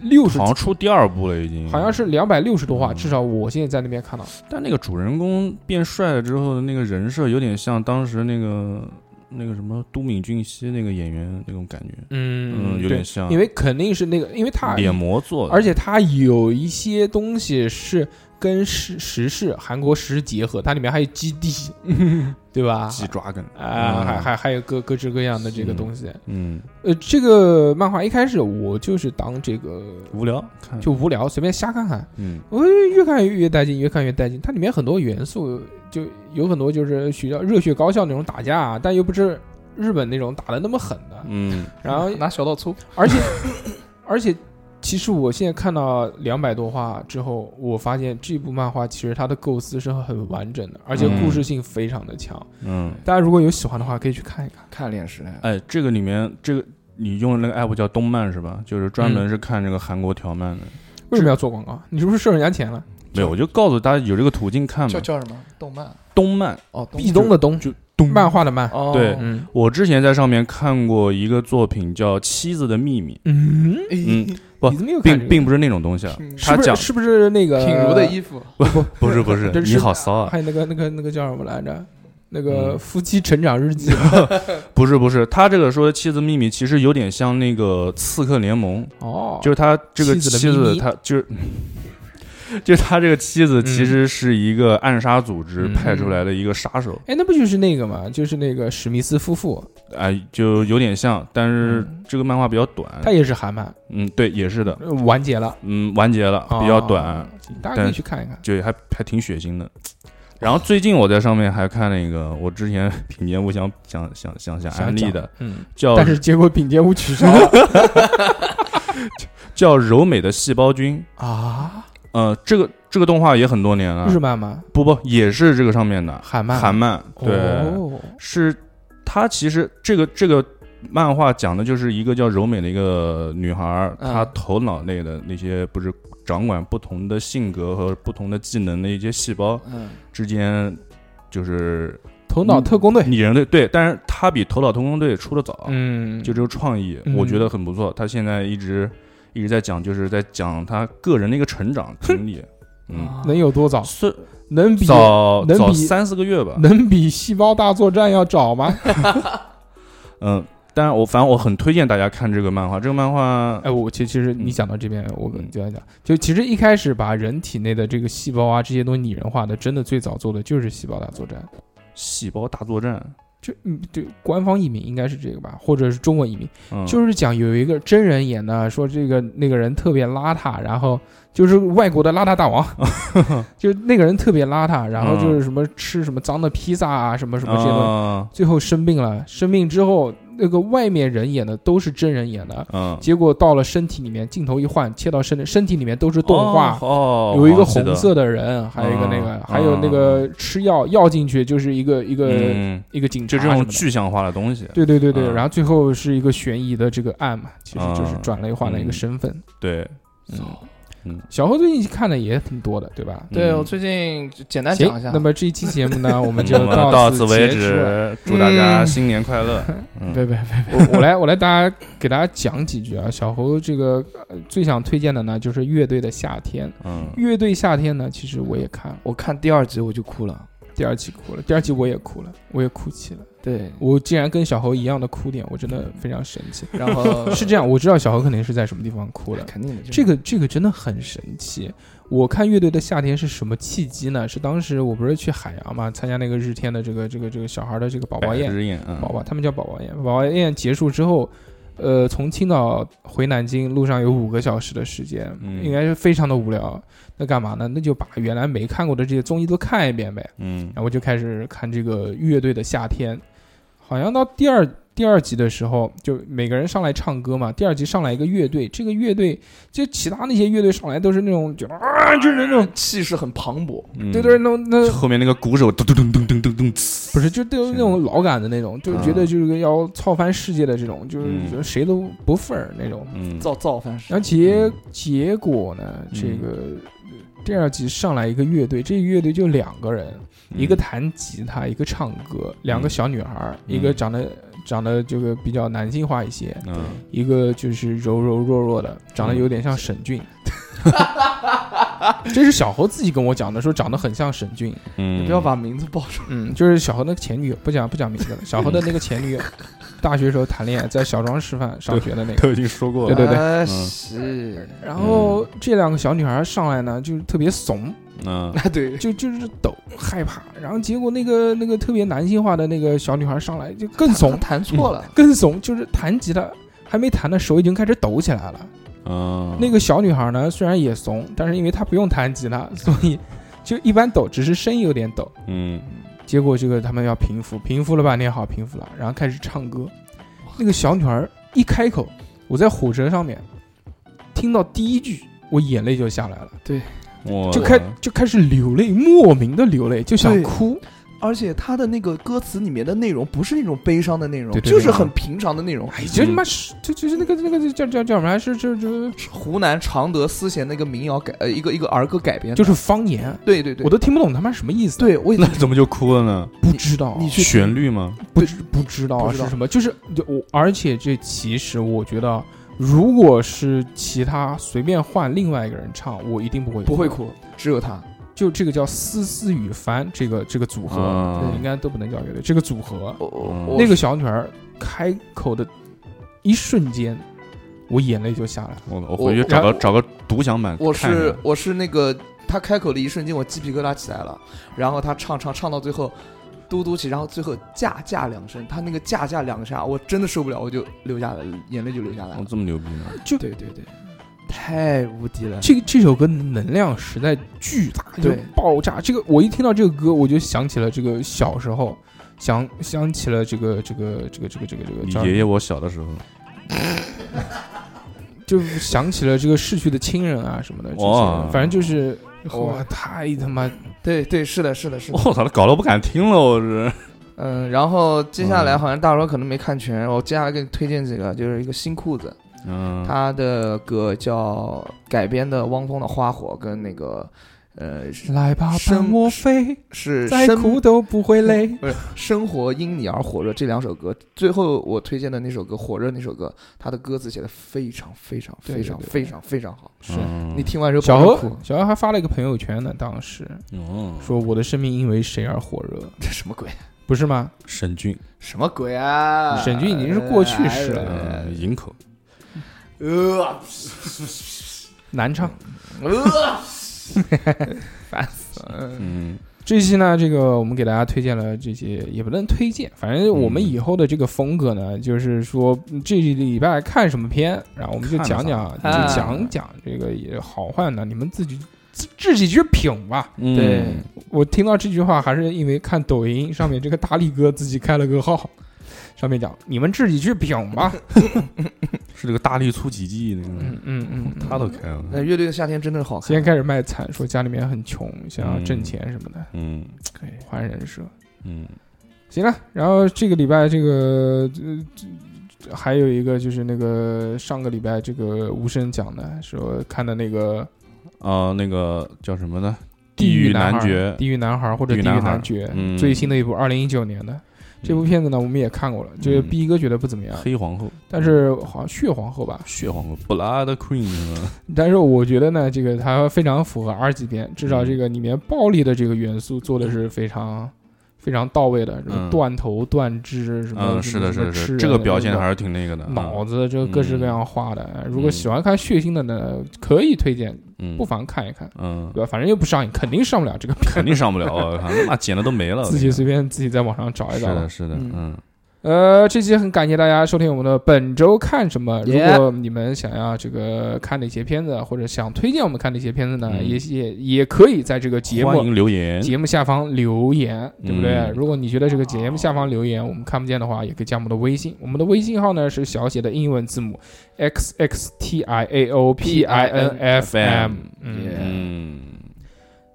Speaker 3: 六十
Speaker 5: 好，像出第二部了已经，
Speaker 3: 好像是两百六十多话，
Speaker 5: 嗯
Speaker 3: 至少我现在在那边看到。
Speaker 5: 但那个主人公变帅了之后的那个人设，有点像当时那个那个什么都敏俊熙那个演员那种感觉，
Speaker 3: 嗯
Speaker 5: 有点像
Speaker 3: 因为肯定是那个，因为他
Speaker 5: 脸模做的，
Speaker 3: 而且它有一些东西是跟时时事韩国时事结合，它里面还有基地， 对吧？
Speaker 5: 鸡抓梗
Speaker 3: 啊，
Speaker 5: 嗯
Speaker 3: 还还还有各各式各样的这个东西。
Speaker 5: 嗯
Speaker 3: 呃，这个漫画一开始我就是当这个
Speaker 5: 无聊，看
Speaker 3: 就无聊，随便瞎看看，
Speaker 5: 嗯
Speaker 3: 我就越看越带劲，越看越带劲。它里面很多元素就有很多就是学校热血高校那种打架啊，但又不是日本那种打的那么狠的。
Speaker 5: 嗯
Speaker 3: 然后
Speaker 4: 拿小刀粗，
Speaker 3: 而且 而且，其实我现在看到两百多话之后，我发现这部漫画其实它的构思是很完整的，而且故事性非常的强。
Speaker 5: 嗯，
Speaker 3: 大家如果有喜欢的话，可以去看一看。
Speaker 4: 看脸时代。
Speaker 5: 哎，这个里面这个你用的那个 app 叫动漫是吧？就是
Speaker 3: 嗯
Speaker 5: 专门是看这个韩国条漫的，
Speaker 3: 为什么要做广告？你是不是收人家钱了？
Speaker 5: 没有，我就告诉大家有这个途径看
Speaker 4: 叫
Speaker 5: 嘛，
Speaker 4: 叫什么？动漫
Speaker 5: 动漫
Speaker 4: 哦，
Speaker 3: 壁咚的咚，
Speaker 5: 就咚
Speaker 3: 漫画的漫，
Speaker 4: 哦
Speaker 5: 对
Speaker 3: 嗯
Speaker 5: 我之前在上面看过一个作品叫《妻子的秘密
Speaker 3: 嗯，
Speaker 5: 嗯
Speaker 4: 品
Speaker 5: 不
Speaker 3: 你怎么又看这
Speaker 5: 并
Speaker 3: 个
Speaker 5: 并不是那种东西啊，
Speaker 3: 是
Speaker 5: 他
Speaker 3: 不是
Speaker 5: 讲
Speaker 3: 是不是那个
Speaker 4: 如的衣服，
Speaker 5: 不是不 是
Speaker 3: 这，是
Speaker 5: 你好骚啊！
Speaker 3: 还有那个那个那个叫什么来着？那个
Speaker 5: 嗯
Speaker 3: 夫妻成长日记
Speaker 5: 不是不是，他这个说的妻子秘密其实有点像那个《刺客联盟》，
Speaker 3: 哦，
Speaker 5: 就是他这个
Speaker 3: 妻
Speaker 5: 妻
Speaker 3: 子的秘
Speaker 5: 子，
Speaker 3: 密
Speaker 5: 他就是。 就是他这个妻子其
Speaker 3: 嗯
Speaker 5: 实是一个暗杀组织
Speaker 3: 嗯
Speaker 5: 派出来的一个杀手，
Speaker 3: 哎，那不就是那个嘛？就是那个史密斯夫妇，
Speaker 5: 哎，就有点像，但是
Speaker 3: 嗯
Speaker 5: 这个漫画比较短
Speaker 3: 他。也是韩漫，
Speaker 5: 嗯，对，也是的，
Speaker 3: 呃完结了，
Speaker 5: 嗯，完结了，比较短
Speaker 3: 哦，，大家可以
Speaker 5: 但
Speaker 3: 去看一看。
Speaker 5: 就还还挺血腥的。然后最近我在上面还看了一个，我 之前品鉴我想想想想想
Speaker 3: 想
Speaker 5: 安利
Speaker 3: 讲
Speaker 5: 的，
Speaker 3: 嗯，
Speaker 5: 叫
Speaker 3: 但是结果品鉴屋取消了
Speaker 5: 叫《柔美的细胞菌》。
Speaker 3: 啊？
Speaker 5: 呃，这个这个动画也很多年了
Speaker 3: 日，漫吗？
Speaker 5: 不不，也是这个上面的
Speaker 3: 韩漫？
Speaker 5: 韩漫，对，
Speaker 3: 哦
Speaker 5: 是它其实这个这个漫画讲的就是一个叫柔美的一个女孩儿，
Speaker 3: 嗯
Speaker 5: 她头脑内的那些不是掌管不同的性格和不同的技能的一些细胞
Speaker 4: 嗯，
Speaker 5: 之间，就是
Speaker 3: 头脑特工队。
Speaker 5: 拟人队对，但是它比头脑特工队出的早，
Speaker 3: 嗯，
Speaker 5: 就这个创意
Speaker 3: 嗯
Speaker 5: 我觉得很不错。他现在一直一直在讲，就是在讲他个人的一个成长经历，嗯，
Speaker 3: 能有多早？
Speaker 5: 是
Speaker 3: 能哦比
Speaker 5: 早
Speaker 3: 能
Speaker 5: 早
Speaker 3: 比
Speaker 5: 三四个月吧，
Speaker 3: 能比《细胞大作战》要早吗？
Speaker 5: 嗯，当然我反正我很推荐大家看这个漫画，这个漫画
Speaker 3: 哎，我其其实
Speaker 5: 嗯
Speaker 3: 你讲到这边，我跟
Speaker 5: 嗯
Speaker 3: 就要讲，就其实一开始把人体内的这个细胞啊这些东西拟人化的，真的最早做的就是《细胞大作战》，
Speaker 5: 细胞大作战，
Speaker 3: 就嗯，对，官方译名应该是这个吧，或者是中文译名，
Speaker 5: 嗯，
Speaker 3: 就是讲有一个真人演的，说这个那个人特别邋遢，然后就是外国的邋遢大 王，就那个人特别邋遢，然后
Speaker 5: 嗯
Speaker 3: 就是什么吃什么脏的披萨啊，什么什么这些东西，
Speaker 5: 啊
Speaker 3: 最后生病了，生病之后那个外面人演的都是真人演的，
Speaker 5: 嗯，
Speaker 3: 结果到了身体里面，镜头一换，切到身身体里面都是动画，
Speaker 5: 哦，哦
Speaker 3: 有一个
Speaker 5: 我记得
Speaker 3: 红色的人，还有一个那个，
Speaker 5: 嗯
Speaker 3: 还有那个吃药药进去就是一个一个、
Speaker 5: 嗯，
Speaker 3: 一个警察
Speaker 5: 就这
Speaker 3: 什么
Speaker 5: 种
Speaker 3: 的。
Speaker 5: 具象化的东西，
Speaker 3: 对对对对，
Speaker 5: 嗯
Speaker 3: 然后最后是一个悬疑的这个案嘛，其实就是
Speaker 5: 嗯
Speaker 3: 转了一换了一个
Speaker 5: 嗯
Speaker 3: 身份。
Speaker 5: 对，
Speaker 3: 嗯，小何最近看的也挺多的，对吧？
Speaker 4: 对
Speaker 5: 嗯
Speaker 4: 我最近简单
Speaker 3: 行
Speaker 4: 讲一下，
Speaker 3: 那么这一期节目 呢，我们就
Speaker 5: 我们嗯到
Speaker 3: 此
Speaker 5: 此为
Speaker 3: 结束了。
Speaker 5: 止，祝大家
Speaker 4: 嗯
Speaker 5: 新年快乐，嗯
Speaker 3: 别别别，我我来我来大家给大家讲几句啊。小侯这个呃最想推荐的呢，就是乐队的夏天。
Speaker 5: 嗯。
Speaker 3: 乐队夏天呢，其实我也看了。
Speaker 4: 我看第二集我就哭了，
Speaker 3: 第二集哭了，第二集我也哭了，我也哭泣了。
Speaker 4: 对，
Speaker 3: 我竟然跟小侯一样的哭点，我真的非常神奇。
Speaker 4: 然后
Speaker 3: 是这样，我知道小侯肯定是在什么地方哭了。
Speaker 4: 肯定的，
Speaker 3: 这个这个真的很神奇。我看乐队的夏天是什么契机呢？是当时我不是去海洋嘛，参加那个日天的这个这个这个小孩的这个宝宝
Speaker 5: 百合
Speaker 3: 宴，
Speaker 5: 之宴，嗯
Speaker 3: 宝宝他们叫宝宝宴。宝宝宴结束之后，呃，从青岛回南京路上有五个小时的时间，
Speaker 5: 嗯
Speaker 3: 应该是非常的无聊。那干嘛呢？那就把原来没看过的这些综艺都看一遍呗。
Speaker 5: 嗯
Speaker 3: 然后我就开始看这个乐队的夏天，好像到第二第二集的时候，就每个人上来唱歌嘛。第二集上来一个乐队，这个乐队就其他那些乐队上来都是那种就啊，就是那种
Speaker 4: 气势很磅礴，
Speaker 5: 嗯，
Speaker 3: 对对那种那
Speaker 5: 后面那个鼓手咚咚咚咚咚咚咚，呲
Speaker 3: 不是就都是那种老感的那种，就觉得就是要操翻世界的这种，就是
Speaker 5: 嗯
Speaker 3: 觉得谁都不忿儿那种。
Speaker 5: 嗯，
Speaker 4: 造造反是
Speaker 3: 然
Speaker 6: 哎
Speaker 3: 后结
Speaker 5: 嗯
Speaker 3: 结果呢，这
Speaker 5: 嗯
Speaker 3: 个第二集上来一个乐队，这个乐队就两个人，一个
Speaker 5: 嗯
Speaker 3: 弹吉他，一个唱歌，两个小女孩儿，
Speaker 5: 嗯
Speaker 3: 一个长得长得这个比较男性化一些，
Speaker 5: 嗯，
Speaker 3: 一个就是柔柔弱弱的，长得
Speaker 5: 嗯
Speaker 3: 有点像沈俊。 这是小侯自己跟我讲的，说长得很像沈俊。
Speaker 5: 嗯
Speaker 4: 你不要把名字报出来，
Speaker 3: 嗯，就是小侯的前女友，不讲不讲名字了。小侯的那个前女友，大学时候谈恋爱，在小庄师范上学的那个。
Speaker 5: 都已经说过了，
Speaker 3: 对对
Speaker 4: 对
Speaker 5: 嗯
Speaker 4: 是，
Speaker 3: 然后这两个小女孩上来呢，就是特别怂，
Speaker 5: 嗯
Speaker 4: 啊对，
Speaker 3: 就就是抖害怕。然后结果那个那个特别男性化的那个小女孩上来就更怂
Speaker 4: 他，弹错
Speaker 6: 嗯
Speaker 4: 了，
Speaker 3: 更怂，就是弹吉他还没弹呢，手已经开始抖起来了。
Speaker 5: 嗯，
Speaker 3: 那个小女孩呢，虽然也怂，但是因为她不用弹吉他， 所以就一般抖，只是声音有点抖。
Speaker 5: 嗯
Speaker 3: 结果这个他们要平复，平复了半天，好平复了，然后开始唱歌。那个小女孩一开口，我在火车上面听到第一句，我眼泪就下来了，
Speaker 5: 我
Speaker 3: 就开就开始流泪，莫名的流泪，就想
Speaker 4: 对
Speaker 3: 哭。
Speaker 6: 而且他的那个歌词里面的内容不是那种悲伤的内容
Speaker 3: 对，对对
Speaker 6: 就是很平常的内容。
Speaker 3: 哎，就他妈是，就就是那个那个叫叫叫什么来？是就就
Speaker 6: 湖南常德思贤那个民谣改呃一个一个儿歌改编的，
Speaker 3: 就是方言，
Speaker 6: 对对对，
Speaker 3: 我都听不懂他妈什么意思，
Speaker 6: 对我也
Speaker 5: 那怎么就哭了呢？
Speaker 3: 不知道，
Speaker 6: 你去
Speaker 5: 旋律吗？
Speaker 3: 不知不知道啊
Speaker 6: 不知
Speaker 3: 是
Speaker 6: 道
Speaker 3: 什么，就是就我，而且这其实我觉得，如果是其他随便换另外一个人唱，我一定不会
Speaker 6: 不会，哭，只有他。
Speaker 3: 就这个叫思思与帆这个这个组合，
Speaker 5: 啊
Speaker 3: 对应该都不能叫乐队，这个组合
Speaker 6: 嗯我我
Speaker 5: 嗯
Speaker 6: 我
Speaker 3: 那个小女孩开口的一瞬间，我眼泪就下来了。
Speaker 5: 我我回去找
Speaker 3: 我
Speaker 5: 个找个独享版看
Speaker 6: 我
Speaker 5: 一下。
Speaker 6: 是我是那个他开口的一瞬间，我鸡皮疙瘩起来了。然后他唱唱唱到最后，嘟嘟起，然后最后驾驾两声，他那个驾驾两下，我真的受不了，我就流下来，眼泪就流下来
Speaker 5: 哦
Speaker 6: 了。
Speaker 5: 这么牛逼呢？
Speaker 6: 对对对，太无敌了。
Speaker 3: 这这首歌能量实在巨大，就
Speaker 6: 对
Speaker 3: 爆炸。这个我一听到这个歌，我就想起了这个小时候，想想起了这个这个这个这个这个这个
Speaker 5: 你
Speaker 3: 叫
Speaker 5: 爷爷我小的时候，
Speaker 3: 就想起了这个逝去的亲人啊什么的，这
Speaker 5: 哇
Speaker 3: 些反正就是
Speaker 6: 哦
Speaker 3: 哇，太他妈
Speaker 6: 对对，是的，是的，是的。
Speaker 5: 我操，搞得我不敢听了，我是。
Speaker 6: 嗯，然后接下来
Speaker 5: 嗯
Speaker 6: 好像大罗可能没看全，我接下来给你推荐几个，就是一个新裤子，
Speaker 5: 嗯，
Speaker 6: 他的歌叫改编的汪峰的《花火》，跟那个呃是
Speaker 3: 来吧，伴
Speaker 6: 生
Speaker 3: 我飞，
Speaker 6: 是
Speaker 3: 再
Speaker 6: 生
Speaker 3: 苦都不会累。
Speaker 6: 不是生活因你而火热这两首歌，最后我推荐的那首歌《火热》那首歌，它的歌词写的非常非常
Speaker 3: 对
Speaker 6: 非常
Speaker 3: 对对
Speaker 6: 非常非常好，
Speaker 3: 是
Speaker 5: 嗯
Speaker 6: 你听完之后
Speaker 3: 小
Speaker 6: 不会
Speaker 3: 何
Speaker 6: 哭，
Speaker 3: 小何还发了一个朋友圈呢，当时
Speaker 5: 哦，
Speaker 3: 说我的生命因为谁而火热，
Speaker 6: 这什么鬼？
Speaker 3: 不是吗？
Speaker 5: 沈俊，
Speaker 6: 什么鬼啊！
Speaker 3: 沈俊已经是过去式了
Speaker 6: 哎
Speaker 5: 嗯，营口，
Speaker 6: 呃
Speaker 3: 难唱。
Speaker 6: 呃，烦死了！
Speaker 5: 嗯，
Speaker 3: 这一期呢，这个我们给大家推荐了这些，也不能推荐，反正我们以后的这个风格呢，就是说嗯这一礼拜看什么片，然后我们就讲讲，就
Speaker 6: 看了啥
Speaker 3: 讲讲这个也好坏呢，你们自己自自己去品吧。
Speaker 6: 对
Speaker 5: 嗯
Speaker 3: 我听到这句话，还是因为看抖音上面这个大力哥自己开了个号，上面讲你们自己去品吧。
Speaker 5: 是这个大力出奇迹那个，
Speaker 3: 嗯嗯嗯，嗯
Speaker 5: 他都开了，
Speaker 6: 那乐队的夏天真的好
Speaker 3: 今天
Speaker 6: 看，
Speaker 3: 开始卖惨，说家里面很穷，想要挣
Speaker 5: 嗯
Speaker 3: 钱什么的，
Speaker 5: 嗯
Speaker 3: 还人设。
Speaker 5: 嗯，
Speaker 3: 行了，然后这个礼拜这个呃这还有一个就是那个上个礼拜这个无声讲的说看的那个《
Speaker 5: 啊，那个叫什么呢？
Speaker 3: 狱
Speaker 5: 狱
Speaker 3: 男孩》
Speaker 5: 男
Speaker 3: 《
Speaker 5: 爵，
Speaker 3: 地狱男孩》或者《地
Speaker 5: 地狱
Speaker 3: 狱
Speaker 5: 男孩
Speaker 3: 男爵》
Speaker 5: 嗯
Speaker 3: 最新的一部，二零一九年的这部片子呢，啊我们也看过了，就是
Speaker 5: 嗯
Speaker 3: 逼哥觉得不怎么样，
Speaker 5: 黑皇后，
Speaker 3: 但是好像血皇后吧，
Speaker 5: 血皇后，Blood Queen 是吧？
Speaker 3: 但是我觉得呢，这个它非常符合 R 级片，至
Speaker 5: 嗯
Speaker 3: 少这个里面暴力的这个元素做的是非常。非常到位的，什么
Speaker 5: 嗯
Speaker 3: 断头断肢什么，
Speaker 5: 嗯，是的，
Speaker 3: 什
Speaker 5: 是
Speaker 3: 么
Speaker 5: 的，
Speaker 3: 吃
Speaker 5: 是
Speaker 3: 人
Speaker 5: 的，这个表现
Speaker 3: 什么
Speaker 5: 还是挺那个的，
Speaker 3: 脑
Speaker 5: 啊
Speaker 3: 子这各式各样画的。如果喜欢看血腥的呢，可以推荐，
Speaker 5: 嗯，
Speaker 3: 不妨看一看，
Speaker 5: 嗯
Speaker 3: 对，吧？反正又不上瘾，肯定上不了这个片，
Speaker 5: 肯定上不了，啊我靠，那剪了都没了，
Speaker 3: 自己
Speaker 5: 我跟
Speaker 3: 随便自己在网上找一
Speaker 5: 你
Speaker 3: 找
Speaker 5: 啊讲是
Speaker 3: 吧
Speaker 5: 的，。是的，
Speaker 6: 嗯
Speaker 5: 嗯，
Speaker 3: 呃，这期很感谢大家收听我们的本周看什么。如
Speaker 6: Yeah
Speaker 3: 果你们想要这个看的一些片子，或者想推荐我们看的一些片子呢，
Speaker 5: 嗯
Speaker 3: 也也也可以在这个节
Speaker 5: 欢
Speaker 3: 目
Speaker 5: 迎留言，
Speaker 3: 节目下方留言，对不对？
Speaker 5: 嗯
Speaker 3: 如果你觉得这个节目下方留言我们看不见的话，也可以加我们的微信，我们的微信号呢是小写的英文字母 x x t i a o p i n f m。嗯
Speaker 6: Yeah
Speaker 5: 嗯，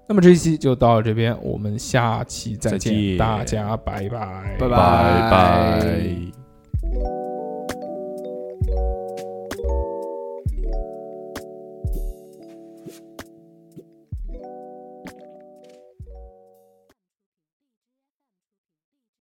Speaker 3: 那么这一期就到这边，我们下期再
Speaker 5: 再
Speaker 3: 见，
Speaker 5: 见
Speaker 3: 大家拜拜，
Speaker 6: 拜
Speaker 5: 拜拜。